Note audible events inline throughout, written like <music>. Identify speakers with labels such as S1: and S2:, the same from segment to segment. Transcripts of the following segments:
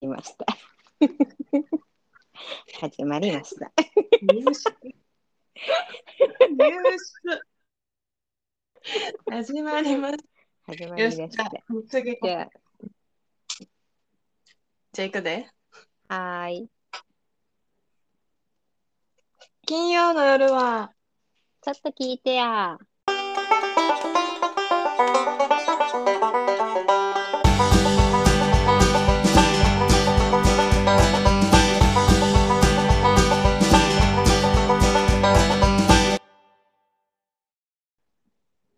S1: きました。 <laughs> 始まりました。
S2: 入手。入手。始まります。
S1: 始まり
S2: よ
S1: ま
S2: し、じ
S1: し
S2: ゃ
S1: た
S2: あ。、次。じ
S1: じ
S2: ゃ
S1: ゃ
S2: あ、行くで。
S1: あ、はーい。
S2: 金曜の夜は、
S1: ちょっと聞いてや。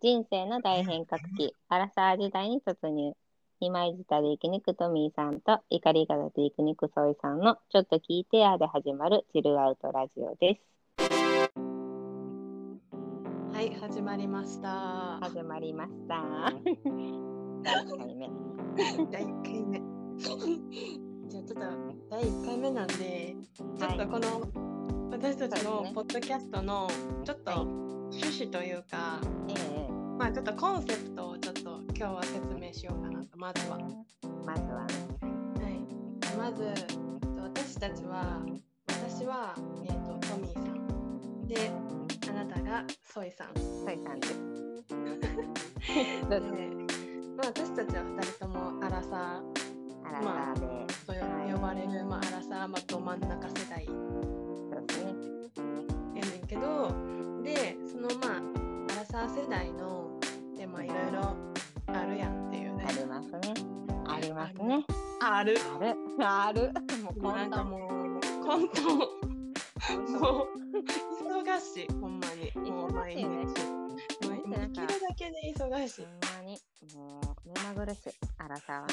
S1: 人生の大変革期、アラサー時代に突入。今井舌で生き抜くトミーさんと、怒り方で生き抜くソイさんの、ちょっと聞いてやで始まるチルアウトラジオです。
S2: はい、始まりました。
S1: 始まりました。第一回目。
S2: 第1回目。じゃあ、ちょっと、第1回目なんで、ちょっとこの、私
S1: そう
S2: たち
S1: です
S2: の
S1: ね
S2: ポッドキャストの、ちょっと
S1: はい
S2: 趣旨というか、
S1: ええ
S2: まあ、ちょっとコンセプトをちょっと今日は説明しようかなと、まずは。
S1: まずはね。
S2: はい、まずえっと私たちは私は、えっとトミーさんであなたがソイさんで、
S1: サイさんです。どうぞ
S2: まあ、私たちは2人ともアラサ
S1: アラサーで。
S2: ーと呼呼ばれる、まあ、アラサー、まあ、ど真ん中世代
S1: そうですね。
S2: やねんけどでそのまあアラサー世代のでまあいろいろあるやんっていうね
S1: ありますね。ありますね。
S2: ある
S1: ある。ある。もう
S2: もうな
S1: 今
S2: ん
S1: 度
S2: か
S1: も。
S2: もうコントもう忙しい、ほんまに。もう毎日。
S1: 忙
S2: 毎日生きるだけで忙し
S1: ほ
S2: い
S1: ん。まに。もう目まぐるしい。アラサーはね。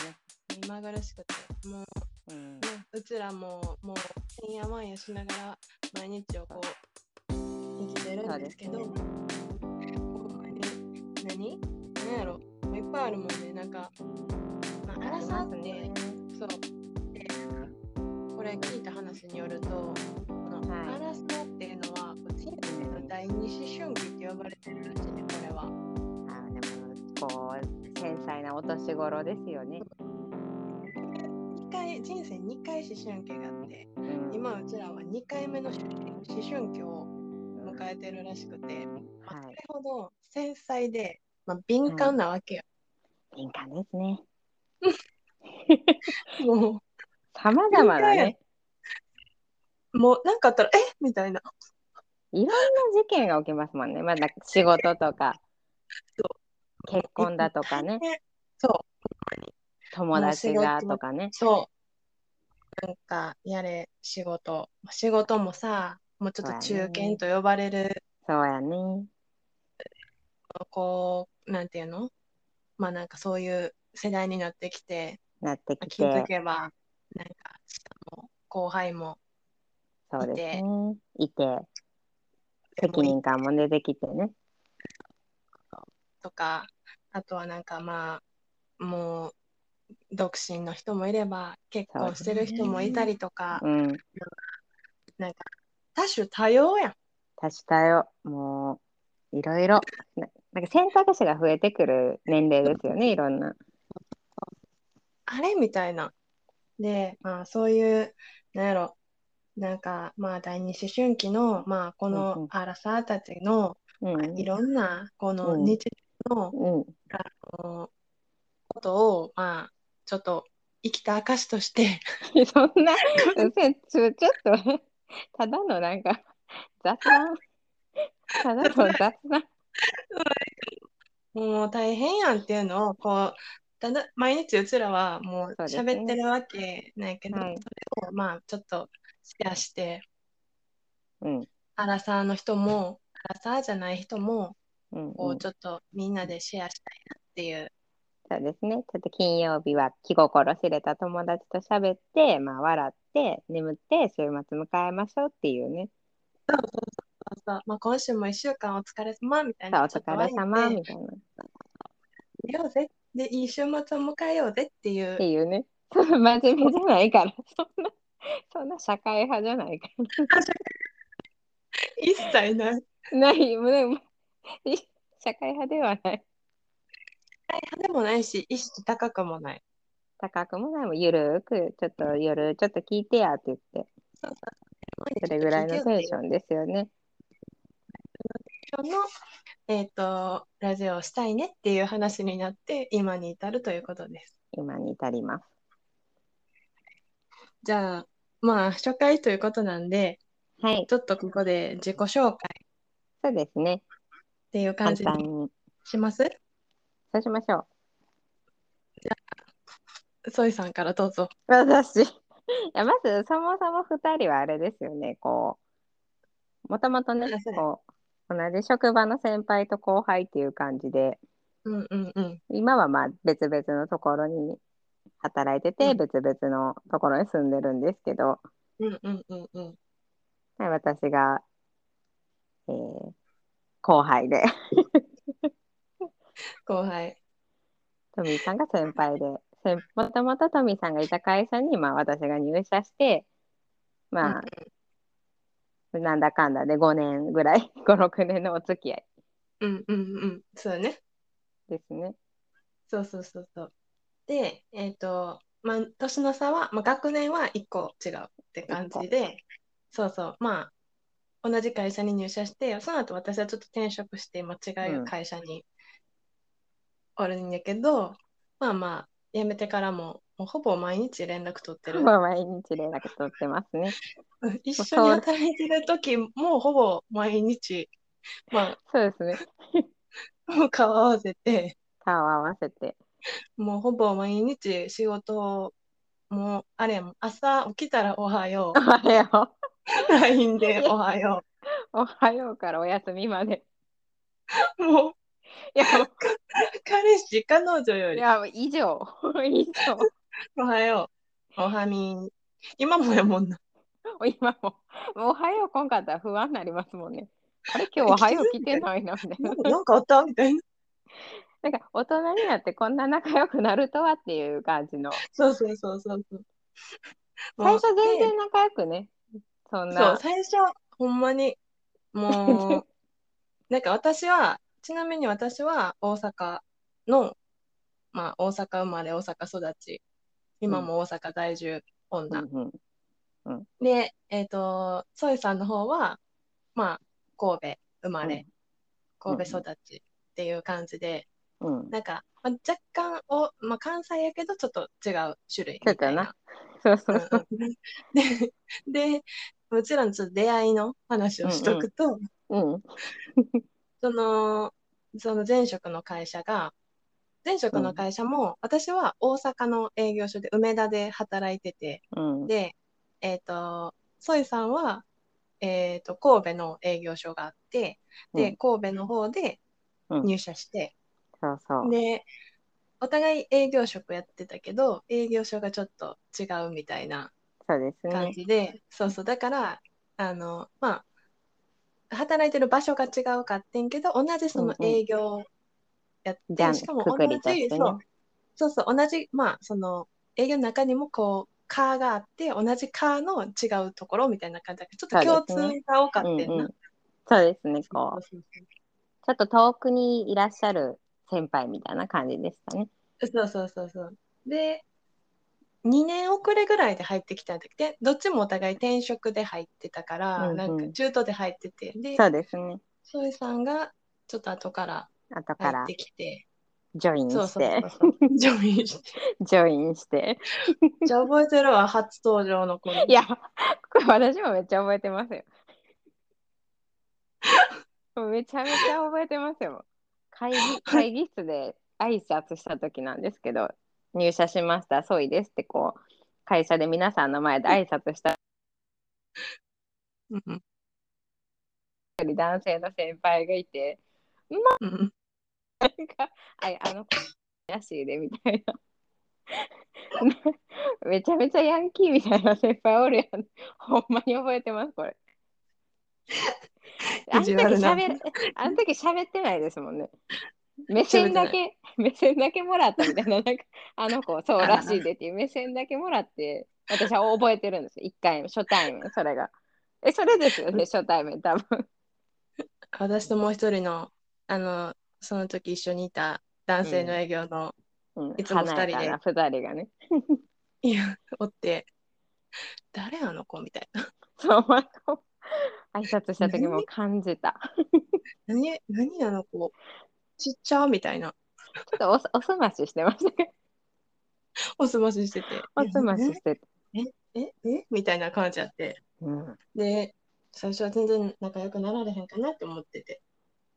S2: 今苦しくて。もう、
S1: うん。
S2: うちらも、もう、てんやわんやしながら、毎日をこう、生きてるんですけど、
S1: そうで
S2: ほんまに、何何やろもういっぱいあるもんね。なんか、まあ、アラサーって、そう。でこれ聞いた話によると、この
S1: はい
S2: アラサーっていうのは、こう人生の第二思春期って呼ばれてるらしいね、これは。
S1: あのでもこう繊細なお年頃ですよね。
S2: 二回人生2回思春期があって
S1: うん
S2: 今うちらは2回目の思春思春期を
S1: うん
S2: 迎えてるらしくて、まあ、そ
S1: は
S2: れ
S1: い。
S2: ほど繊細で、まあ、敏感なわけよ。
S1: 敏感ですね。
S2: も
S1: さまざまなね。
S2: うもうなんかあったら「えみたいない
S1: ろんな事件が起きますもんね。まだ仕事とか結婚だとかね。
S2: そう
S1: 友達がとかね。
S2: そうなんかやれ仕事仕事もさもうちょっと中堅と呼ばれる
S1: そうやね。
S2: こうなんていうのまあなんかそういう世代になってきて
S1: なってき
S2: 気づ
S1: て。
S2: けばなんか下も後輩も
S1: そうですね。いて。
S2: で
S1: 責
S2: も
S1: 任感も出てきてね。
S2: とかあとはなんかまあもう独身の人もいれば結婚してる人もいたりとか、
S1: うん。
S2: なんか多種多様やん
S1: 足したよ。もう、いろいろ。ななんか選択肢が増えてくる年齢ですよね。いろんな。
S2: あれみたいなで、まあ、そういうなんやろなんかまあ第二思春期のまあこ
S1: うんうん
S2: のアラサーたちの
S1: うん。
S2: いろんなこの
S1: うん
S2: 日常の
S1: うん。 <laughs>
S2: あのことをまあちょっと生きた証として
S1: そんな、ちょちょっと、ただのなんか、 <laughs> 雑談。ただの雑談。
S2: もう大変やんっていうのをこうただ毎日うちらはもう
S1: そうですね
S2: 喋ってるわけないけど、
S1: はい
S2: それをまあちょっとシェアして
S1: うん。
S2: アラサーの人もアラサーじゃない人も
S1: うん、
S2: こ
S1: うん
S2: う。ちょっとみんなでシェアしたいなっていう、
S1: そうですね。ちょっと金曜日は気心知れた友達と喋って、まあ、笑って、眠って、週末迎えましょうっていうね。
S2: そうまあ、今週も1週間お疲れ様みたい
S1: さあ、
S2: な
S1: お
S2: ちょっと
S1: 疲れ様
S2: ワインで
S1: みたいな。っ
S2: 寝ようぜでいい週末を迎えようぜっていう
S1: ていうね。そんな真面目じゃないから、そんな、そんな社会派じゃないか
S2: 一切ない
S1: ら。ない、もうでも、い社会派ではない。
S2: でもないし意識高くもない
S1: 高くもないもんゆるーくちょっと夜ちょっと聞いてやって言ってそれぐらいのテンションですよね。
S2: の、えっ、と、ラジオをしたいねっていう話になって、今に至るということです。
S1: 今に至ります。
S2: じゃあ、まあ、初回ということなんで、
S1: はい、
S2: ちょっとここで自己紹介っ
S1: そうですね。
S2: ていう感
S1: 簡
S2: じ
S1: 単
S2: に
S1: に。
S2: します
S1: そうしましょう。
S2: ソイさんからどうぞ。
S1: 私。 <laughs> いや、まず、そもそも2人はあれですよね、こう、もともとね
S2: あそう、だ
S1: こう、同じ職場の先輩と後輩っていう感じで、
S2: うんうんうん。
S1: 今はまあ別々のところに働いてて、
S2: うん
S1: 別々のところに住んでるんですけど、
S2: うんうんうんうん。
S1: はい私が、えー後輩で、
S2: 後輩。
S1: トミーさんが先輩で、もともとトミーさんがいた会社に、まあ、私が入社して、まあ、なんだかんだで5年ぐらい、5、6年の <laughs> お付き合い
S2: うんうんうん。そうだね。
S1: ですね。
S2: そうそうそうそう。で、えっ、と、まあ、年の差は、まあ、学年は1個違うって感じで、そうそう、まあ、同じ会社に入社して、その後私はちょっと転職して、まあ、違ううん会社におるんやけど、まあまあ、辞めてからも、もうほぼ毎日連絡取ってる。
S1: まあ毎日連絡取ってますね。
S2: <laughs> 一緒に働いてる時もほぼ毎日、ま
S1: そうですね。
S2: あ、もう顔合わせて、
S1: 顔合わせて。
S2: もうほぼ毎日仕事をもうあれやもん朝起きたらおはよ
S1: おはよ
S2: う LINE でおはよ
S1: う。おはようからお休みまで。
S2: うもう
S1: いや、も
S2: 彼氏彼女よ
S1: うい
S2: り
S1: やもう以上。以上。
S2: おはようおはみん今もやもんな
S1: 今も、もうおはよう来んかったら不安になりますもんね。あれ、今日おはよう来てないな、みたい
S2: な
S1: な。
S2: んかなんかあったみたいな
S1: なんか、大人になってこんな仲良くなるとはっていう感じの。
S2: そうそうそうそうそう
S1: 最
S2: もう
S1: 初全然仲良くね。そん
S2: でそう
S1: な。
S2: 最初ほんまにもうなんか私はちなみに私は大阪のまあ大阪生まれ大阪育ち今も大阪在住女、
S1: うんうん
S2: で、えっ、と、ソイさんの方は、まあ、神戸生まれ、
S1: うん
S2: 神戸育ちっていう感じで、
S1: うん。
S2: なんか、まあ、若干お、まあ、関西やけど、ちょっと違う
S1: ちょっ
S2: 種類み
S1: と
S2: たい
S1: な
S2: な。
S1: そうそううんそう。
S2: うんで、で、もちろんちょっと出会いの話をしとくと、
S1: うん。
S2: その、その前職の会社が、前職の会社も、私は大阪の営業所で梅田で働いてて、
S1: うん。
S2: で、えっ、と、ソイさんは、えっ、と、神戸の営業所があって、で、
S1: うん
S2: 神戸の方で
S1: うん
S2: 入社して、
S1: そうそう。
S2: で、お互い営業職やってたけど、営業所がちょっと違うみたいな
S1: そうです
S2: 感
S1: ね。
S2: じで、そうそう、だから、あの、まあ、働いてる場所が違うかってんけど、同じその
S1: うんうん
S2: 営業やって、
S1: じゃん、
S2: しかも
S1: く
S2: 同
S1: くりとして
S2: じ、
S1: ね
S2: そ。う、そうそう、同じ、まあ、その、営業の中にも、こう、カーがあって、同じカーの違うところみたいな感じだけど、ちょっと
S1: そうです
S2: 共通が多かったよな。
S1: うんうんそうですね。こう、
S2: そうそう
S1: ちょっと遠くにいらっしゃる先輩みたいな感じでしたね。
S2: そうそうそうそう。で、2年遅れぐらいで入ってきたんだけど、でどっちもお互い転職で入ってたから、
S1: うんうん
S2: なんか中途で入ってて、で、
S1: そうですね。
S2: ソイさんがちょっと後から
S1: 後
S2: 入
S1: か
S2: っ
S1: ら
S2: てきて、
S1: ジョイン
S2: そう
S1: し
S2: そう
S1: て
S2: そ、う
S1: <laughs>
S2: そう、ジョインして。
S1: ジョインして。
S2: じゃあ覚えてるわ、初登場の子。
S1: いや、 <laughs> これ私もめっちゃ覚えてますよ。めちゃめちゃ覚えてますよ。会議会議室で挨拶した時なんですけど、入社しました、ソイですってこう、会社で皆さんの前で挨拶した
S2: うんうん
S1: 男性の先輩がいて、
S2: うん
S1: なんか、ああの子、らしいでみたいな。 <laughs> めちゃめちゃヤンキーみたいな先輩おるやん。ほんまに覚えてます、これ。あの
S2: <laughs> 意地
S1: 時
S2: 悪な
S1: 喋れあの時喋ってないですもんね。目線だけ、目線だけもらったみたいな、なんか、あの子、そうらしいでっていう目線だけもらって、私は覚えてるんですよ。一回目、初対面、それが。え、それですよね、初対面、多分。
S2: 私ともう一人の、あの、その時一緒にいた男性の営業の
S1: うん、
S2: いつも二人で
S1: 華やかな二人がね。
S2: いや、おって、誰あの子みたいな。
S1: そう、あの挨拶した時も感じた。
S2: 何、何あの子、ちっちゃみたいな。
S1: ちょっとおすおすまししてましたけど、
S2: おすまししてて。
S1: おすまし
S2: い
S1: してた。
S2: やえ、えみたいな感じやって。
S1: うん、
S2: で、最初は全然仲良くなられへんかなって思ってて。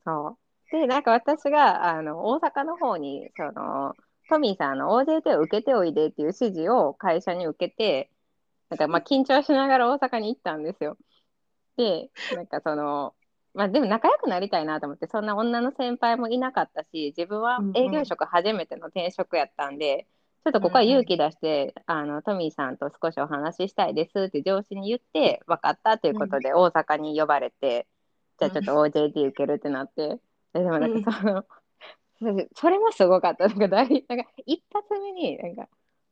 S1: そう。で、なんか私があの大阪の方に、その、トミーさんの OJT を受けておいでっていう指示を会社に受けて、なんかまあ緊張しながら大阪に行ったんですよ。で、なんかその、まあでも仲良くなりたいなと思って、そんな女の先輩もいなかったし、自分は
S2: うんうん
S1: 営業職初めての転職やったんで、ちょっとここは勇気出して、あのトミーさんと少しお話ししたいですって上司に言って、分かったということで大阪に呼ばれて、じゃあちょっと OJT 受けるってなって、ででもなんかその、 <laughs> それもすごかった。なんか大なんか一発目になんか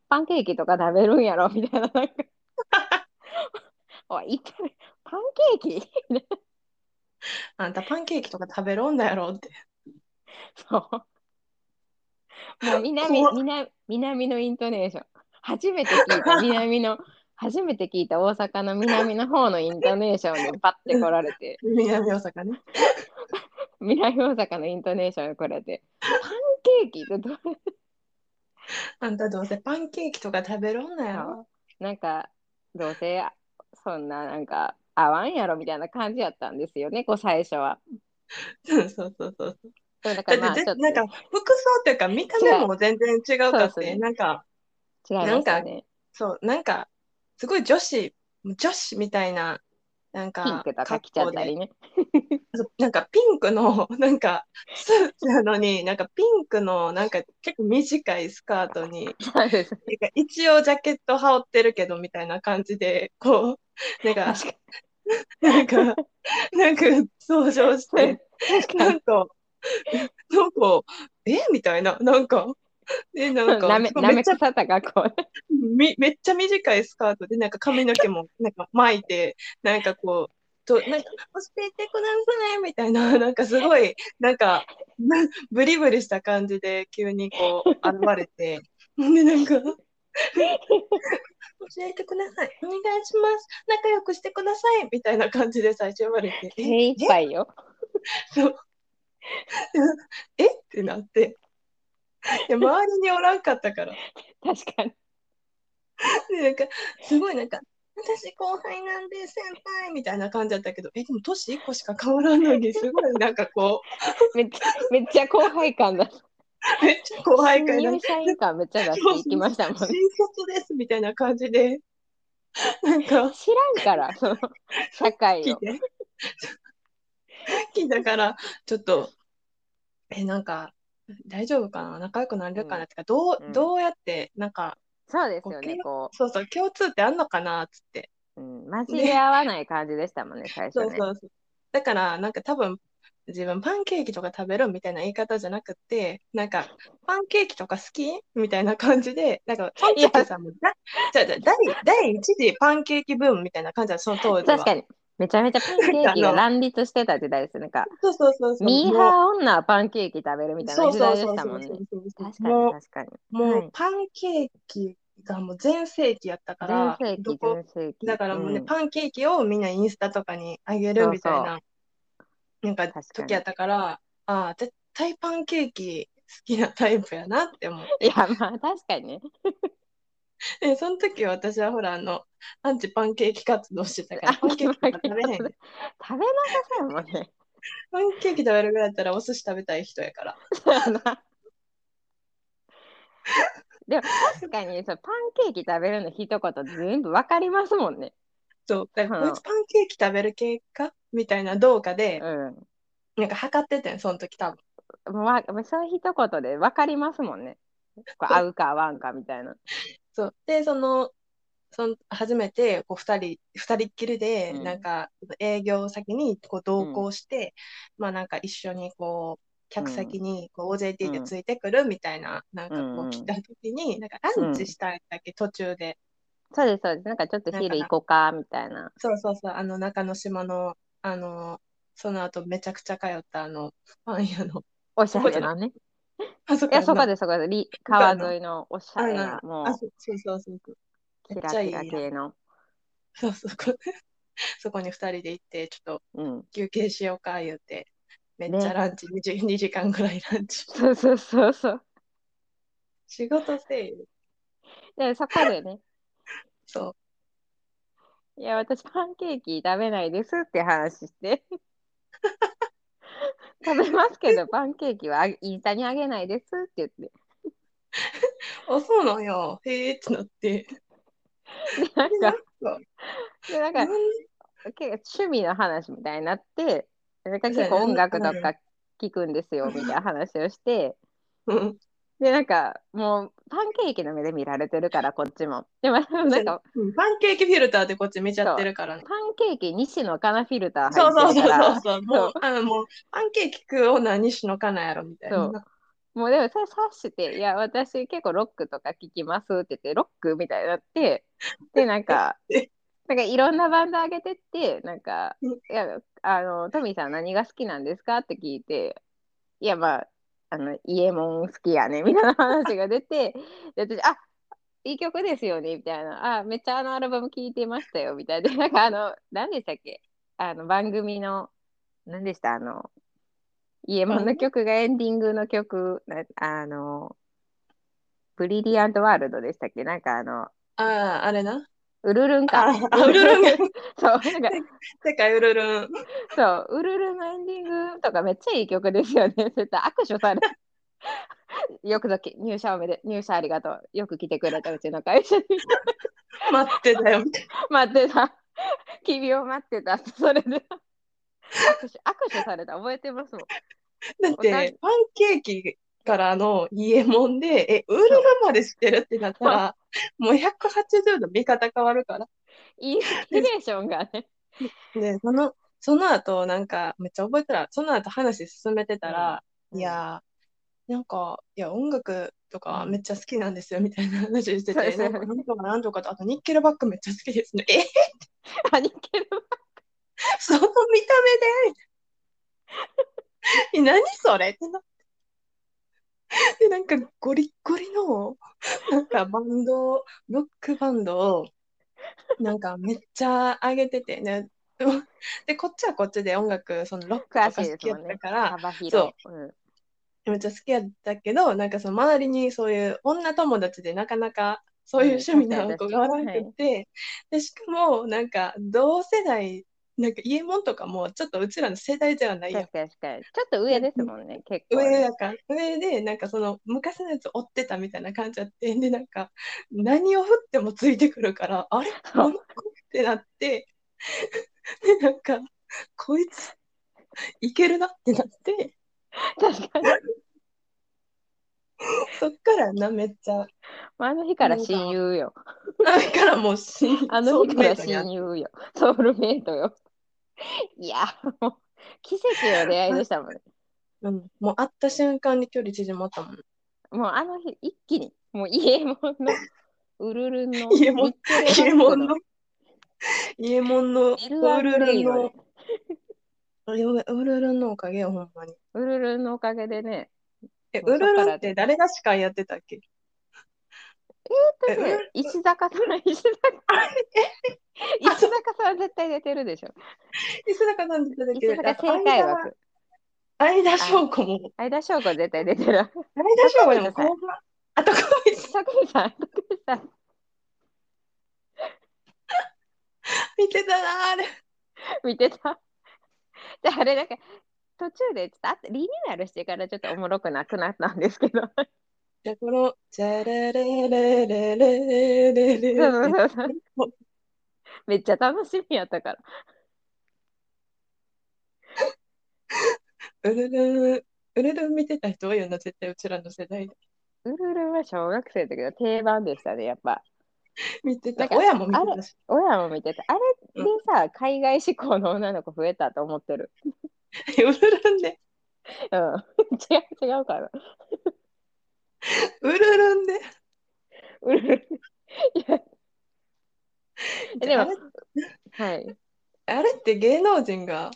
S1: パンケーキとか食べるんやろみたいな。
S2: <laughs>
S1: なんかおい、一回目パンケーキ <laughs>
S2: あんたパンケーキとか食べろんだやろって。
S1: そう。もう南
S2: 怖っ
S1: 南南のイントネーション。初めて聞い
S2: <laughs>
S1: た南の、初めて聞いた大阪の南の方のイントネーションでパッて来られて、
S2: 南大阪ね。
S1: 南大阪のイントネーションで来られて、パンケーキってどう
S2: あんたどうせパンケーキとか食べろんだやろ。
S1: <laughs> なんかどうせそんななんか合わんやろみたいな感じやったんですよねこう最初は。
S2: そうそうそうそう。
S1: でもなん
S2: だ
S1: か
S2: っ
S1: まあ
S2: て
S1: ちょ
S2: ぜ、
S1: っ
S2: なんか服装っていうか見た目も全然違うか
S1: そう
S2: っ
S1: そう
S2: て、なんか、
S1: と違いましたね。
S2: そう、なんか、すごい女子、女子みたいな、なん
S1: ピン
S2: か
S1: クとか
S2: 格
S1: 着ちゃっ
S2: 好
S1: た
S2: で、
S1: りね。
S2: そうなんかピンクの、なんかスーツなのに、なんかピンクの、なんか結構短いスカー
S1: <laughs>
S2: トに、
S1: そうです
S2: なんか一応ジャケット羽織ってるけどみたいな感じで、こう、なんか、
S1: 確か
S2: なんか、なんか、登場して、
S1: 確か
S2: <laughs> な
S1: に
S2: んか、なんか、えみたいな、なんか、え、なんか、
S1: なめ
S2: すごい
S1: な
S2: め
S1: め
S2: っちゃ
S1: くさった格好。
S2: みめっちゃ短いスカートで、なんか髪の毛もなんか巻いて、なんかこう、となんか教えてくださいみたいな、 <laughs> なんかすごい、なんか、なブリブリした感じで急にこう、現れて、で、なんか、教えてください、お願いします、仲良くしてくださいみたいな感じで最初言われて、
S1: 精一杯
S2: <laughs>
S1: よ。
S2: ええってなって、いや周りにおらんかったから。
S1: 確かに。
S2: でなんかすごいなんか私後輩なんで先輩みたいな感じだったけどえでも年1個しか変わらんのにすごいなんかこ
S1: めっちゃめっちゃ後輩感だ。
S2: う <laughs> めっちゃ後輩
S1: 新
S2: 感が
S1: 入社員感めっちゃ出していきましたもん
S2: 新
S1: ね。
S2: 卒ですみたいな感じでなんか
S1: 知らんから、その社
S2: <laughs>
S1: 会
S2: 聞い
S1: を。
S2: て聞いたからちょっとえなんか大丈夫かな仲良くなれるかなってかどう、
S1: うん
S2: どうやってなんか
S1: そうですよね、こ
S2: そうそう共通ってあんのかなっつって
S1: う。うん、マジで合わない感じでしたもんね、最初
S2: そう
S1: ね。
S2: そうそう。だから、なんか多分、自分パンケーキとか食べるみたいな言い方じゃなくて、なんか、パンケーキとか好きみたいな感じで、なんか、パンケーキさんもだ、じゃあじゃあ第、第一次パンケーキブームみたいな感じだ、その当時は。
S1: 確かに。めちゃめちゃパンケー
S2: <laughs>
S1: キが乱立してた時代ですよなんか、
S2: そうそうそうそう。
S1: ミー
S2: もう
S1: ハー女はパンケーキ食べるみたい
S2: そ
S1: な
S2: う
S1: 時
S2: そう
S1: 代で
S2: そう
S1: した
S2: そ
S1: も
S2: うん
S1: ね
S2: そ。うそう。
S1: 確かに確かに。
S2: もう、も
S1: は
S2: う
S1: い
S2: パンケーキがもう全盛期やったから、
S1: 全盛
S2: ど
S1: 期、
S2: こ
S1: 全盛期。
S2: だからもうね、
S1: ん
S2: パンケーキをみんなインスタとかにあげるみたいな、
S1: そう
S2: なんか
S1: 確かに
S2: 時やったから、ああ、絶対パンケーキ好きなタイプやなって思う。
S1: いや、まあ確かにね。
S2: で、その時は私はほら、あの、アンチパンケーキ活動してたから、パンケーキとか食べへ
S1: 食べな
S2: んで。
S1: さそうやもんね。 <laughs>
S2: パンケーキ食べるぐらいだったらお寿司食べたい人やから。
S1: そうやなでも確かにそうパンケーキ食べるの一言全部わかりますもんね。
S2: そう。だから、
S1: うん
S2: こいつパンケーキ食べる系かみたいな動画で、
S1: う
S2: なんか測っててん、その時多分。
S1: ん。もうわその一言でわかりますもんね。こう合うか合わんかみたいな。
S2: そう。で、その、その初めてこう2人二人っきりで
S1: うん
S2: なんか営業先にこう同行して、まあなんか一緒にこう客先にこう OJT でついてくるみたいな、なんか
S1: うん
S2: こ
S1: うん
S2: う来た時になんかランチしたいだけ途中で、
S1: そうです、そうです。なんかちょっと昼行こうかみたいな。
S2: そうそうそうあの中之島のあのその後めちゃくちゃ通ったあのパン屋の
S1: おしゃれなね。
S2: あ、そっ
S1: いや、そこ
S2: で。
S1: です、そこです。り
S2: そう
S1: 川
S2: やな
S1: 沿いのおしゃ
S2: あ
S1: れ
S2: な
S1: な、も
S2: あ、
S1: う、
S2: そうそうそうそう。め
S1: キ
S2: っちゃ
S1: ラ
S2: いい
S1: キ
S2: な
S1: ラ系の。
S2: そうそうそこ。 <laughs> そこに2人で行って、ちょっと
S1: うん。
S2: 休憩しようか言うて、めっちゃ
S1: ね
S2: ランチ、二2, 時間ぐらいラン <laughs> チ。
S1: そうそうそうそう。
S2: 仕事せえよ。
S1: で、そこでね、
S2: そう。
S1: いや、私パンケーキ食べないですって話 <laughs> して。食べますけど、パンケーキはあげインスタにあげないですって言って。
S2: あ、そうなんや。へえってなって。
S1: でなんか、
S2: そう
S1: でなんか結構趣味の話みたいになって、なんか結構音楽とか聞くんですよみたいな話をして、
S2: うん。
S1: で、なんかもうパンケーキの目で見られてるから、こっちも。でも、なんか
S2: うんパンケーキフィルターでこっち見ちゃってるからね。
S1: パンケーキ西野かなフィルター
S2: そうそ
S1: 入
S2: う
S1: ってる
S2: そう
S1: か
S2: そう
S1: ら。
S2: そう。もう、あの、もう、パンケーキ食おうな、西野カナやろ、みたいな。
S1: そうもうでもそれ察して、いや、私結構ロックとか聞きますって言って、ロックみたいになって、で、なん
S2: <laughs>
S1: か
S2: え、
S1: なんかいろんなバンド上げてって、なんか、
S2: うん
S1: いや、あの、トミーさん何が好きなんですかって聞いて、いや、まあ、あの、イエモン好きやね、みたいな話が出て、で、私、あいい曲ですよね、みたいな、あ、めっちゃあのアルバム聴いてましたよ、みたいな、 <laughs> なんかあの、何でしたっけあの、番組の、何でしたあの、イエモンの曲がエンディングの曲、なあの、ブリリアントワールドでしたっけなんかあの、
S2: ああ、あれな。
S1: ウルルンか。
S2: ああウルルン <laughs>
S1: そう、なんか、
S2: 世界ウルルン。
S1: そう、ウルルンのエンディングとかめっちゃいい曲ですよね。 <laughs> 絶対握手され。よくぞき入社おめで、入社ありがとう。よく来てくれたうちの会社に。
S2: 待ってたよ。
S1: 待ってた。君を待ってた。それで握手、握手された。覚えてますもん。
S2: だって、パンケーキからの家もんで、え、ウルルンまでしてるってなったら、もう180度見方変わるから。
S1: インスピレーションがね。
S2: で、その、その後、なんか、めっちゃ覚えてたら、その後話進めてたら、
S1: うん
S2: いやー、なんか、いや、音楽とか
S1: うん
S2: めっちゃ好きなんですよ、みたいな話して
S1: そうで
S2: て、
S1: すよ
S2: なん
S1: ね
S2: か、なんとかなんとかと、あと、ニッケルバックめっちゃ好きですね。え、
S1: アニケル
S2: <laughs> その見た目でえ何それってなって。で、なんか、ゴリッゴリの、なんか、バンド、ロックバンドを、なんか、めっちゃ上げてて、ね、でもで、こっちはこっちで音楽、そのロックとか
S1: 詳しい
S2: 好
S1: で
S2: き
S1: す
S2: や
S1: も
S2: っ
S1: ん
S2: た
S1: ね。
S2: から、
S1: 幅広い。うん
S2: めっちゃ好きやったけど、なんかその周りにそういう女友達でなかなかそういう趣味の子がおらなくて、で、しかもなんか同世代、なんか家もんとかもちょっとうちらの世代じゃないやん
S1: 確かに確かに。ちょっと上ですもんね、結構ね。
S2: 上やから、上でなんかその昔のやつ追ってたみたいな感じやって、で、なんか何を振ってもついてくるから、あれこ
S1: そ
S2: の
S1: う
S2: 子ってなって、で、なんかこいついけるなってなって、
S1: 確かに。
S2: そっからな、めっちゃ。
S1: あの日から親友よ。
S2: だからもうし、
S1: あの日から
S2: そう
S1: 親友よ。 <laughs> ソウルメイトよ。 <laughs> いや、もう奇跡の出会いでした
S2: <laughs>
S1: もんね。
S2: うん、もう会った瞬間に距離縮まったもん。
S1: もうあの日、一気に、もう家門の、ウルルン
S2: <laughs>
S1: の、
S2: 伊右衛門
S1: ニッケルバック
S2: イエモンの、イエモンの、ウルルン
S1: L&D の
S2: の
S1: ね、
S2: ウルルンのおかげよ、ほんまに。
S1: ウルルンのおかげでね、
S2: え、
S1: も
S2: ウ
S1: う
S2: ル
S1: そっから
S2: ルンって誰が司会やってたっけ
S1: だって
S2: えウ
S1: ね
S2: ル
S1: 石坂
S2: <laughs>
S1: さん、石坂
S2: あ
S1: 石坂さん絶対出てるでしょ。
S2: 石坂さん出てたけ
S1: 石
S2: ど、
S1: 坂
S2: あと
S1: 正解枠。
S2: 相田翔子も、
S1: 相田翔子絶対出て
S2: <laughs>
S1: る。
S2: 相田翔子でも後半、あと、こいつ
S1: 徳光さん、徳光さん。
S2: 見てたな、あれ。
S1: 見てた。で、あれなんか途中でちょっとあってリニューアルしてからちょっとおもろくなくなったんですけど。
S2: じゃあ、この、チャレレレレレレレ
S1: そうそう
S2: レ。
S1: そうそうめっちゃ楽しみやったから。
S2: ウルルン、ウルルン見てた人多いよな、絶対うちらの世代で。
S1: ウルルンは小学生だけど定番でしたね、やっぱ。
S2: 見てた
S1: な。んか
S2: 親も見てたし。
S1: 親も見てた。あれでさ、海外志向の女の子増えたと思ってる。
S2: ウルルンで、
S1: うん。違う違うかな。
S2: ウルルンで。
S1: ウルルン。いやえでも
S2: あれ
S1: はい。
S2: あれって芸能人が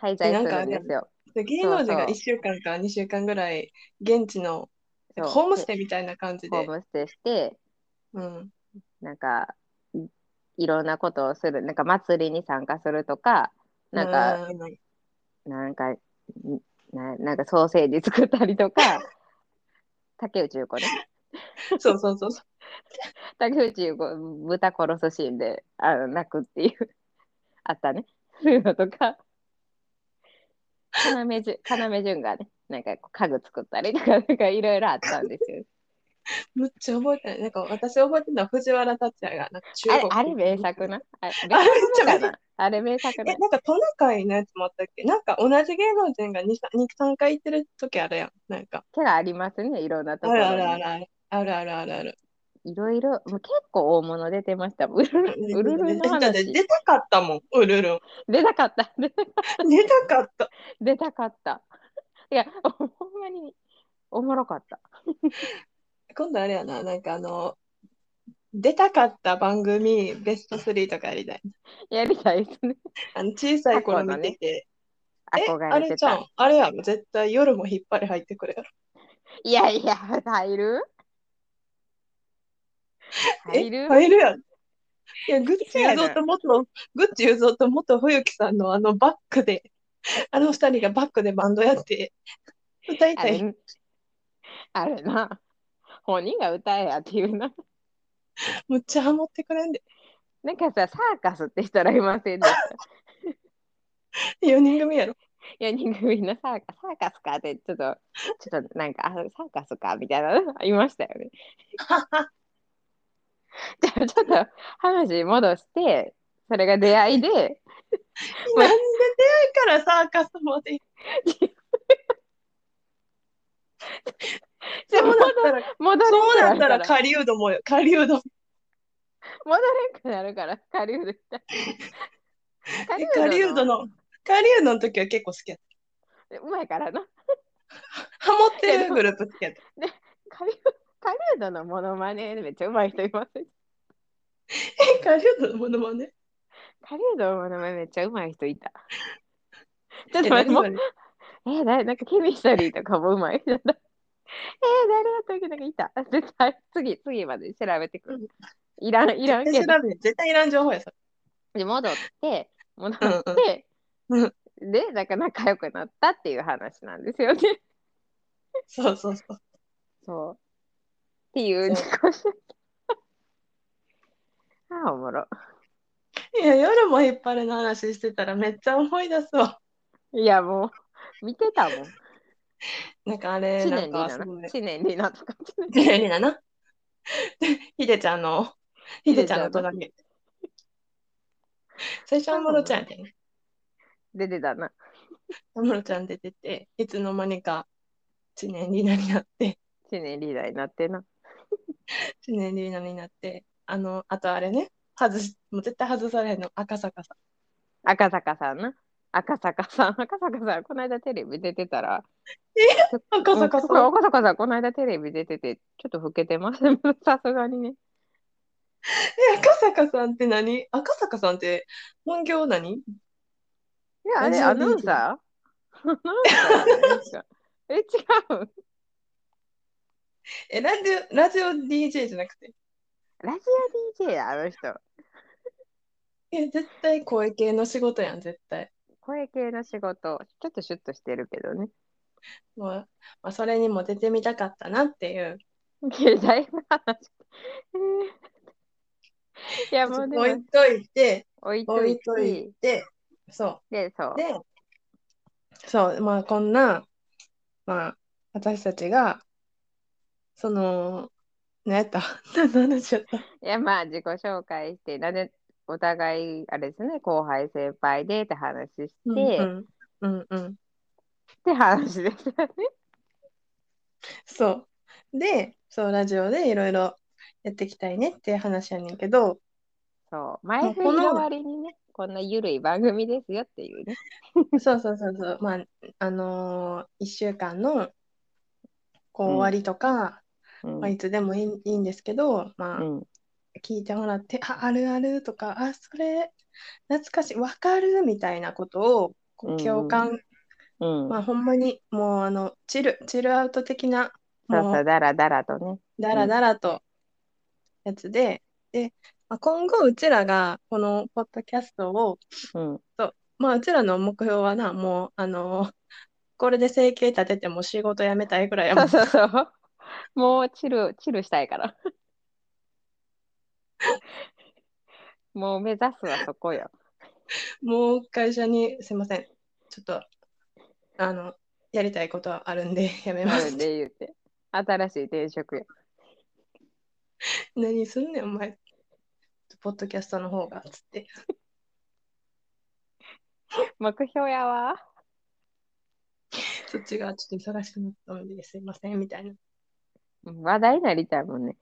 S1: 滞在するんですよ。
S2: で芸能人が1週間か2週間ぐらい現地の
S1: そう
S2: ホームステイみたいな感じ
S1: ホー
S2: で、
S1: ムステイして、
S2: うん、
S1: なんかいいろんなことをするなんか祭りに参加するとかなんか、
S2: うん
S1: なんかんななんかソーセージ作ったりとか <laughs> 竹内結子ね <laughs>
S2: そうそうそうそ
S1: 竹内結子豚殺すシーンであの泣くっていうあったねそういうのとか要潤要潤がねなんかこう家具作ったりとかなんかいろいろあったん <laughs> ですよ
S2: うむっちゃ覚えてないなんか私覚えてるのは藤原竜也がなんか中
S1: あ
S2: 国
S1: れあれ名作なあれ
S2: あれ
S1: 名
S2: めっ
S1: 作
S2: ちゃ
S1: かなあれ名作
S2: え
S1: な
S2: なんかトナカイのやつもあったっけなんか同じ芸能人が23回行ってる時あるやんなんか
S1: 手がありますねいろんなとこ
S2: あ
S1: ろに
S2: るあるあるあるあるあるあるある
S1: いろいろ、もう結構大物出てました。うるる、うるるの
S2: だって
S1: 話。
S2: 出たかったもんうるるん
S1: 出たかった。 <laughs>
S2: 出たかった
S1: 出たかった。いや、ほんまに、おもろかった。
S2: 今度あれやななんかあの出たかった番組ベスト3とかやりたい
S1: やりたいですね。
S2: あの小さい頃見てて、あ
S1: 憧れ
S2: れ
S1: て
S2: ち
S1: た。
S2: ゃんあれやろ絶対夜も引っ張り入ってくれやろ
S1: いやいや、入る入
S2: え
S1: る
S2: 入るやんいやグッチ
S1: せや
S2: 雄
S1: な
S2: 三と元グッチ雄三と元冬木さんのあのバックであの二人がバックでバンドやって歌い
S1: あ
S2: たい
S1: れあれな。本人が歌えやっていうな。
S2: むっちゃハモってくれんで
S1: なんかさ、サーカスって人らいませんでした。
S2: 4人組やろ
S1: 4人組のサーカサーカスかって、ちょっと、ちょっとなんか、あサーカスかみたいなのいましたよね。
S2: <laughs>
S1: じゃあちょっと話戻してそれが出会いで
S2: なんで出会いからサーカスまで行っ
S1: ち
S2: て
S1: ょ
S2: そう
S1: 戻
S2: なったら
S1: 戻
S2: そう
S1: れ
S2: なっ
S1: んく
S2: た
S1: な
S2: ら
S1: るから
S2: 狩人もよ狩人
S1: 戻れんくなるから狩人で
S2: え狩人の狩人の時は結構好きやっ
S1: うまいからな
S2: たハモってるグループ好きやった
S1: 狩人狩人のモノマネめっちゃうまい人います
S2: え狩人のものまね
S1: 狩人のモノマネめっちゃうまい人いたちょっと待ってもうえー、誰なんかケミストリーとかもうまい人 <laughs> だえー、誰だったっけなんかいた <laughs> 絶対次次まで調べてくるいらんいらん
S2: <laughs>
S1: けど
S2: 調べて絶対いらん情報やさ
S1: で戻って戻って、
S2: うんうん
S1: <laughs> でなんか仲良くなったっていう話なんです
S2: <laughs>
S1: よね。
S2: そうそうそう
S1: そうっていう自己紹介。 <laughs> ああおもろ。
S2: いや夜も引っ張るの話してたらめっちゃ思い出すわ
S1: いやもう見てたもん。
S2: なんかあれ
S1: 知
S2: な
S1: 念
S2: ん
S1: 里
S2: か
S1: 奈
S2: す
S1: な
S2: ごい。
S1: 知念里奈とか。知念
S2: 知念里奈なひでちゃんのひでちゃんの隣最初は安室ちゃんやったよね
S1: <laughs> 出てたな。
S2: 安室ちゃん出てていつの間にか知念里奈になって
S1: 知念里奈になってな。
S2: 知念里奈になってあのあとあれね外しもう絶対外されへんの赤坂さん
S1: 赤坂さんな。赤坂さん、赤坂さん、この間テレビ出てたら、
S2: 赤坂さ
S1: うん
S2: ん
S1: 赤坂さん、この間テレビ出てて、ちょっと老けてます。 <laughs> さすがにね。
S2: え赤坂さんって何赤坂さんって本業何
S1: いや、あれ、
S2: ラ
S1: ア
S2: ジオ
S1: ナウンサーアナウンサーじゃないですかえ、違う。
S2: えラジオラジオ DJ じゃなくて
S1: ラジオ DJ や、あの人。
S2: え絶対声系の仕事やん絶対
S1: 声系の仕事、ちょっとシュッとしてるけどね。
S2: もう、まあ、それにも出てみたかったなっていう
S1: 携帯の話。えーいや、もうでも
S2: 置いといて
S1: 置いと
S2: 置
S1: い
S2: いと
S1: て
S2: い、てそ
S1: で、そう
S2: う。でそうまあこんなまあ私たちがその何やった <laughs> 何の話やった
S1: いや、まあ、自己紹介して、なんで、お互い、あれですね、後輩先輩でって話して、
S2: うんうんうんうん
S1: って話でしたね。
S2: そうでそうラジオでいろいろやっていきたいねっていう話やねんけど
S1: そう。前振り
S2: この
S1: の割にね、こんなゆるい番組ですよっていうね。
S2: そうそうそうそうまああのー、1週間のこう
S1: うん
S2: 終わりとか、
S1: うん
S2: まあ、いつでもいいいいんですけど、まあ
S1: うん
S2: 聞いてもらって「ああるある」とか「あそれ懐かしいわかる」みたいなことをこ
S1: うん
S2: う
S1: うん
S2: 共感
S1: うん。
S2: まあほんまにもうあのチルチルアウト的な
S1: そう
S2: も
S1: そうう、だらだらとね。
S2: だらだらとやつで、で、まあ、今後うちらがこのポッドキャストを、
S1: うん。
S2: まあ、うちらの目標はな、もう、あのこれで生計立てても仕事辞めたいぐらいやも
S1: そ <laughs>
S2: ん
S1: うそうそう。もうチル、チルしたいから。もう目指すはそこよ。
S2: もう会社に、すいません、ちょっと、あの、やりたいことはあるんで、やめま
S1: 自
S2: す
S1: 分。で言うて。新しい転職よ。
S2: 何すんねん、お前。ポッドキャストの方が、つって。
S1: 目標やわ。
S2: そっちがちょっと忙しくなったので、すいません、みたいな。
S1: 話題になりたいもん <laughs> ね。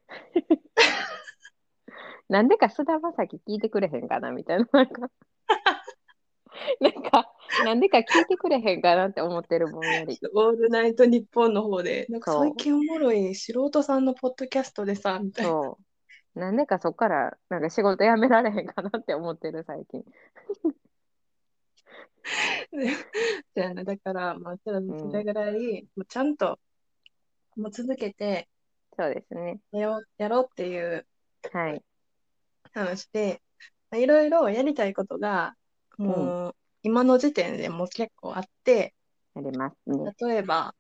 S1: なんでか菅田将暉聞いてくれへんかなみたいな。なんか、なんか、なんでか聞いてくれへんかなって思ってるぼんやり。
S2: オールナイトニッポンの方で、なんか
S1: そう
S2: 最近おもろい素人さんのポッドキャストでさ、みたいな。
S1: そう。なんでかそっから、なんか仕事辞められへんかなって思ってる最近。
S2: ねそうやなだから、まあ、ただそれぐらい、もうちゃんと、もう続けて
S1: そうですね。
S2: やろう、やろうっていう
S1: はい。
S2: 話で、まあ、いろいろやりたいことが、もう、今の時点でもう結構あって、
S1: ありますね。
S2: 例えば、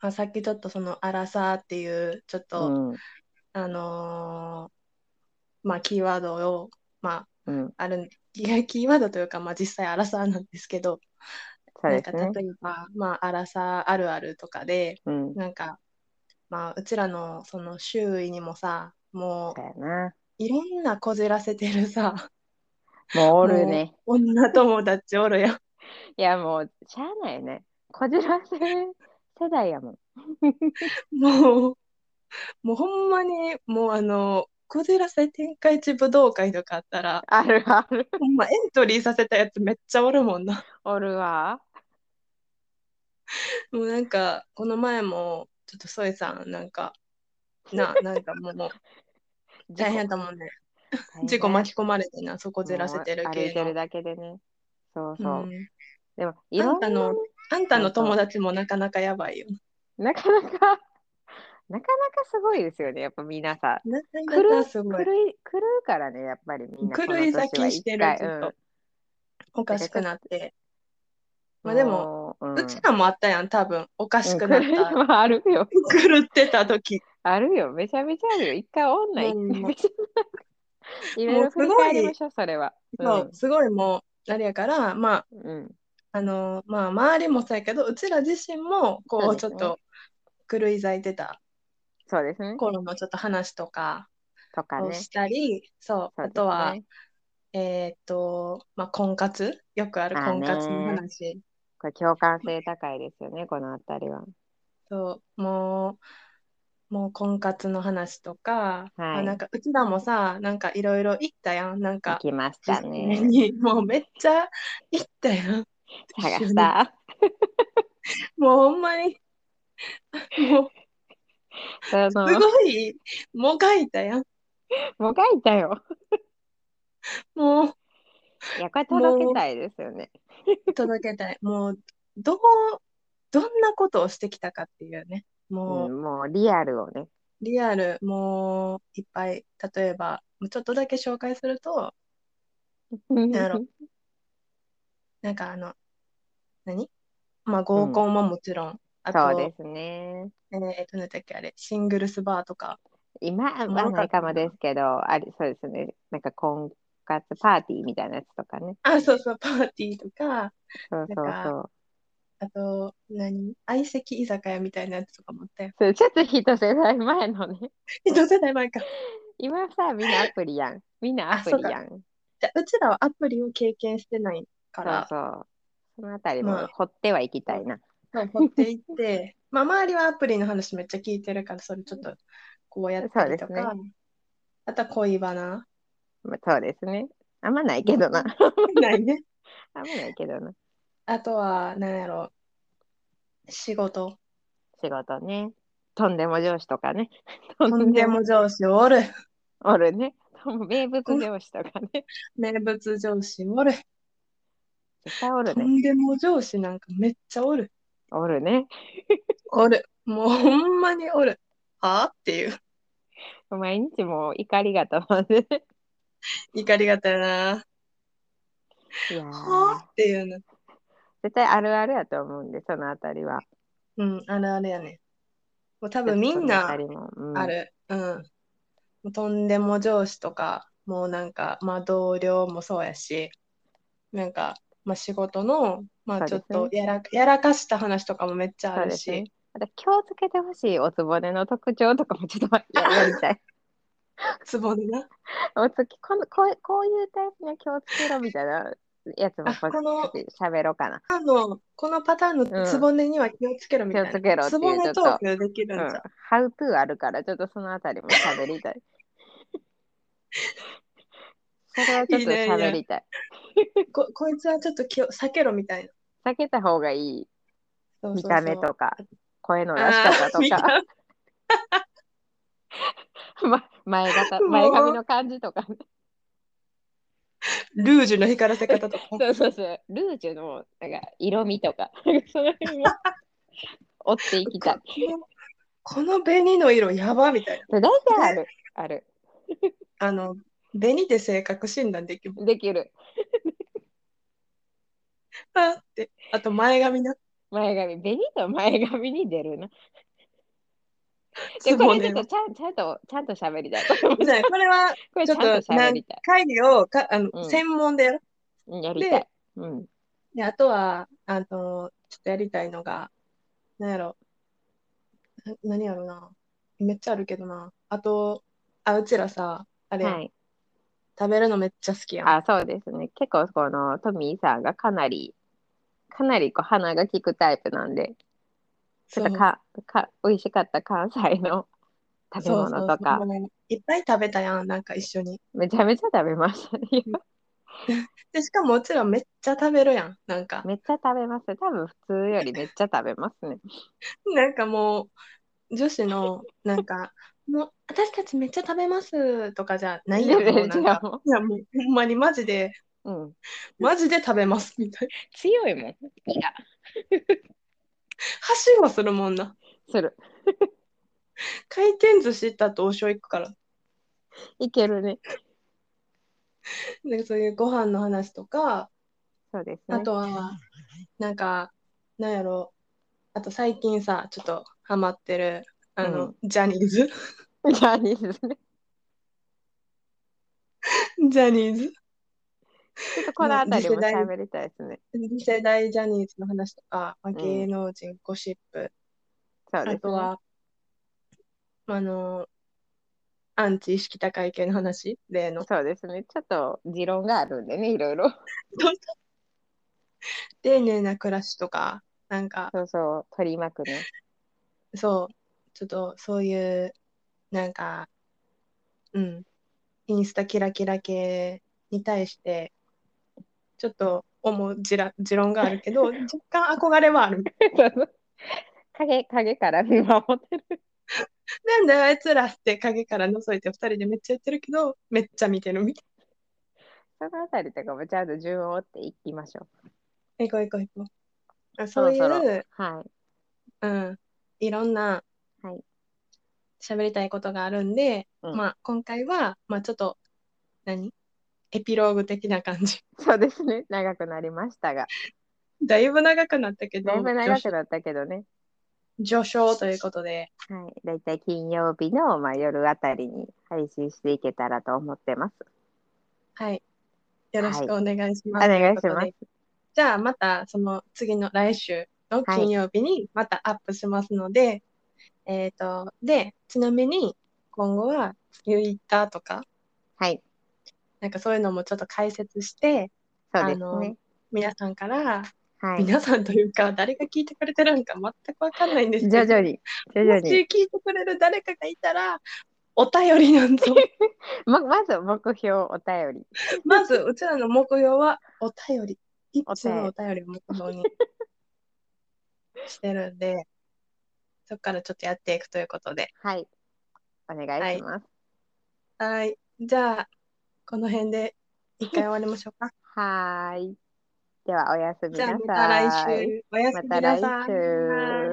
S2: まあ、さっきちょっとその、アラサーっていう、ちょっ
S1: う
S2: と、
S1: ん。
S2: あのーまあ、キーワードを、ま
S1: うん。
S2: あ、あるん、 <laughs> キーワードというか、まあ、実際アラサーなんですけど、
S1: そう
S2: なん
S1: で
S2: か
S1: す
S2: 例え
S1: ね。
S2: ば、まあ、アラサーあるあるとかで、
S1: うん。
S2: なんか、まあ、うちらのその周囲にもさ、も
S1: そうやな。
S2: ういろんなこじらせてるさ、 <laughs>
S1: もうおるね。
S2: 女友達おるやん。
S1: いやもう、しゃあないね。こじらせ世代やもん。
S2: もう、もうほんまに、もうあの、こじらせ天下一武道会とかあったら、
S1: あるある。
S2: ほんまエントリーさせたやつめっちゃおるもんな。
S1: おるわ。
S2: もうなんか、この前も、ちょっとソエさん、なんか、な、なんかもう、もう大変やったもんね。事故巻き込まれてな、そこじらせてる
S1: もう歩
S2: 系
S1: いてる
S2: の。
S1: だけでね。そうそう。
S2: うん
S1: でも、い
S2: あ
S1: ろ
S2: ん
S1: んな
S2: た
S1: ね、
S2: の、あんたの友達もなかなかやばいよ。
S1: なかなか、なかなかすごいですよね。やっぱ皆さん。
S2: なか
S1: 狂
S2: なか
S1: う
S2: すごい。
S1: 狂い、狂うからね、やっぱりみんな。
S2: 狂い咲きしてる
S1: この年は一回
S2: ちょっと
S1: うん
S2: おかしくなって。まあでも、
S1: もう、う
S2: うちらもあったやん、多分。おかしくなっ
S1: うん狂い
S2: た。
S1: はあるよ。
S2: 狂ってた時。
S1: あるよ。めちゃめちゃあるよ。一回女行
S2: うん
S1: って、めちゃめちゃ <laughs> いろいろ振り返りましょう、それは。
S2: そう、すごいもう、あれやから、まあ、
S1: うん。うん。
S2: あの、まあ、周りもそうやけど、うちら自身
S1: そ
S2: も、こ
S1: う
S2: う、
S1: で
S2: ち
S1: す
S2: ょ
S1: ね
S2: っと狂い咲いてた
S1: そうですね。
S2: 頃のちょっと話とか
S1: とか
S2: を
S1: ね。
S2: したり、そう、
S1: そうで
S2: あ
S1: すね
S2: とは、えーっと、まあ、婚活、よくある婚活
S1: あ
S2: の
S1: ーね
S2: 話。
S1: これ共感性高いですよね、このあたりは。
S2: そう、もう、もう婚活の話とか、まあ
S1: はい
S2: なんかうちらもさ、なんかいろいろ行ったやん、なん
S1: 行
S2: か
S1: きまし
S2: 実
S1: た
S2: 際
S1: ね。
S2: に、もうめっちゃ行ったやん。
S1: 探
S2: 一緒
S1: し
S2: に
S1: た。
S2: もうほんまに、もう
S1: その
S2: す、ごい、もがいたやん。
S1: もがいたよ。
S2: も
S1: いや、これ届けたいですよね。
S2: う届けたい。もう、どう、どんなことをしてきたかっていうね。も
S1: う
S2: う、
S1: ん、もうリアルをね。
S2: リアル、もう、いっぱい、例えば、ちょっとだけ紹介すると、
S1: <laughs>
S2: やろなんかあの、何まあ合コンももちろん、あと、
S1: そうですね。
S2: えー、となんだっけあれ、シングルスバーとか、
S1: 今は
S2: もろ
S1: な
S2: かったない
S1: かもですけど、ありそうですね。なんか婚活パーティーみたいなやつとかね。
S2: あ、そうそう、パーティーとか、
S1: そうそう
S2: なん
S1: そう。
S2: あと、何相席居酒屋みたいなやつとかもあったよ。
S1: それちょっと一世代前のね。
S2: ど世代前か。
S1: 今さ、みんなアプリやん。みんなアプリやん。
S2: じゃうちらはアプリを経験してないか
S1: そう
S2: ら、
S1: そう。そのあたり
S2: ま
S1: も
S2: あ
S1: 掘ってはいきたいな。
S2: そう掘っていって、 <laughs> まあ周りはアプリの話めっちゃ聞いてるから、それちょっとこうやったりと
S1: そうで
S2: か、あとは恋バナ。
S1: まあ、そうですね。あんまないけど
S2: <laughs>
S1: な。
S2: ないね。
S1: あんまないけどな。
S2: あとは、何やろう、仕事。
S1: 仕事ね。とんでも上司とかね。 <laughs> と
S2: とんでも上司おる。
S1: お
S2: <laughs>
S1: るね。とん名物上司とかね。
S2: 名物上司おる。
S1: 絶対おる
S2: と
S1: ね。
S2: んでも上司なんかめっちゃおる。
S1: <laughs> おるね。
S2: おる。もうほんまにおる。はあっていう。
S1: 毎日もう怒りが溜まってね。
S2: 怒り方やな。
S1: いやー
S2: はあっていうの。
S1: <laughs> 絶対あるあるやと思うんで、そのあたりは。
S2: うん、あるあるやね。もう多
S1: 多
S2: 分みんな
S1: あ、うん、
S2: あ。る。うん。もうとんでも上司とか、もうなんか、まあ同僚もそうやし、なんか、まあ仕事の、まあちょっ
S1: そう
S2: と
S1: で
S2: やら,、やらかした話とかもめっちゃ
S1: そ
S2: あ
S1: う
S2: る
S1: です
S2: し、
S1: ね。あと、気をつけてほしいおつぼねの特徴とかもちょっとや <laughs> やりたい。
S2: ツボでな。
S1: おつきこのこうこういうタイプには気をつけろみたいなやつも
S2: あこの
S1: 喋ろうかな。
S2: あの、このパターンのツボネには気をつけろみたいな。
S1: 気をつけろっていう
S2: ツボネ
S1: ち
S2: ト
S1: ょ
S2: ー
S1: っと
S2: クできるんじゃん。
S1: ハウトゥーあるから、ちょっとそのあたりも喋りた <laughs> い。それはちょっと喋りたい。
S2: ここいつはちょっと気を避けろみたいな。
S1: 避けた方がいい
S2: そう
S1: 見
S2: そうそう
S1: た目とか、声の出し
S2: あー見
S1: 方と
S2: た
S1: か、 <laughs> ま、前型
S2: もう
S1: 前髪の感じとか、
S2: ルージュの光らせ方とか。
S1: <laughs> そうそうそう、ルージュのなんか色味とか、 <laughs> その辺も追っていきたい。
S2: この紅の色やばみたいな。
S1: それ大体ある、ある、
S2: あの、紅で性格診断できる。
S1: できる。
S2: あって。あと前髪な。
S1: 前髪、紅と前髪に出るな。で、
S2: ツ
S1: こ
S2: ボ
S1: れちょ
S2: ネ
S1: っ
S2: の
S1: と。ちゃんちゃんと、ちゃんと喋りたい。
S2: ねこれは
S1: これちゃんと喋りたい。
S2: 会議をかあの、
S1: うん
S2: 専門でやる。
S1: うんやりたい。うん。
S2: で、あとは、あの、ちょっとやりたいのが、なんやろ。な何やろな。めっちゃあるけどな。あと、あ、うちらさ、あれ、
S1: はい。
S2: 食べるのめっちゃ好きやん。
S1: あ、そうですね。結構、このトミーさんがかなり、かなりこう鼻が利くタイプなんで、ち
S2: そ
S1: ょ
S2: う
S1: っとか、か、美味しかった関西の食べ物とか、
S2: そうそうそういっぱい食べたやん、なんか一緒に。
S1: めちゃめちゃ食べま
S2: <laughs>
S1: したね。
S2: で、しかもうちらめっちゃ食べるやん。なんか、
S1: めっちゃ食べます。多分普通よりめっちゃ食べますね。
S2: <laughs> なんかもう、女子の、なんか、もう、私たちめっちゃ食べますとかじゃな
S1: <laughs>
S2: いやん。もうなん
S1: じゃあ
S2: か
S1: も
S2: いや、もう、ほんまにマジで、
S1: ううん。
S2: マジで食べますみたいな。
S1: 強いもん。いや、
S2: 箸はするもんな。
S1: する。
S2: 回転寿司行った後、王将行くから。
S1: いけるね。
S2: で、そういうご飯の話とか、
S1: そうですね。
S2: あとは、なんか、なんやろ、あと最近さ、ちょっとハマってる、あの、ジャニー
S1: ジ
S2: ズ。 <laughs>
S1: ャニーズね。
S2: ジャニーズ。
S1: ちょっとこの辺りも喋りたいですね。
S2: 次世代ジャニーズの話とか、まあ
S1: ん
S2: 芸能人ゴシップ、
S1: そうですね。
S2: あとは、あの、アンチ意識高い系の話、例の。
S1: そうですね。ちょっと持論があるんでね、いろいろ。
S2: 丁寧な暮らしとか、なんか、
S1: そうそう、取り巻くね。
S2: そう、ちょっとそういう、なんか、うん、インスタキラキラ系に対して、ちょっと思う持論持論がある
S1: <laughs>
S2: けど、若干憧れはある。
S1: 影影から見守ってる。
S2: なんだよあいつらって影から覗いて二人でめっちゃやってるけど、めっちゃ見てるみたい
S1: そのあたりとかもちゃんと順を追っていきましょ
S2: な。行こう行こう行こう。あそういう、
S1: そろそろう。は
S2: うん、いろんな
S1: はい
S2: 喋りたいことがあるんで、
S1: うん
S2: まあ今回は、まあちょっと、何エピローグ的な感じ。 <laughs>
S1: い。そうですね。 <laughs> 長くなりましたが。
S2: だいぶ長くなったけど、
S1: だいぶ
S2: 女
S1: 長
S2: 子
S1: くなったけどね。
S2: 序章ということで、
S1: はい。だいたい金曜日の、まあ、夜あたりに配信していけたらと思ってます。
S2: はい。よろしくお願いし
S1: お
S2: ます。
S1: 願いし
S2: とうこ
S1: ま
S2: と
S1: す
S2: で。じゃあ、またその次の来週の金曜日にまたアップしますので、えっ、と、で、ちなみに今後は Twitter とか、
S1: はい。
S2: なんかそういうのもちょっと解説して、
S1: そうです
S2: あの
S1: ね。
S2: 皆さんから、
S1: はい。
S2: 皆さんというか、誰が聞いてくれてるのか全くわかんないんです
S1: 徐
S2: けど、
S1: 々に、徐々
S2: も
S1: に
S2: し。聞いてくれる誰かがいたら、お便りな
S1: <laughs>
S2: んぞ。
S1: ままず目標お便り。
S2: まず、うちらの目標はお便り。一通のお便りを目標にしてるんで、そこからちょっとやっていくということで。
S1: はい。お願いします。
S2: はい。じゃあ、この辺で一回終わりましょうか。
S1: はーい。 <laughs> ではおやすみ
S2: じゃあ
S1: な
S2: また
S1: さい。
S2: 来週。おやすみなさい。
S1: また来週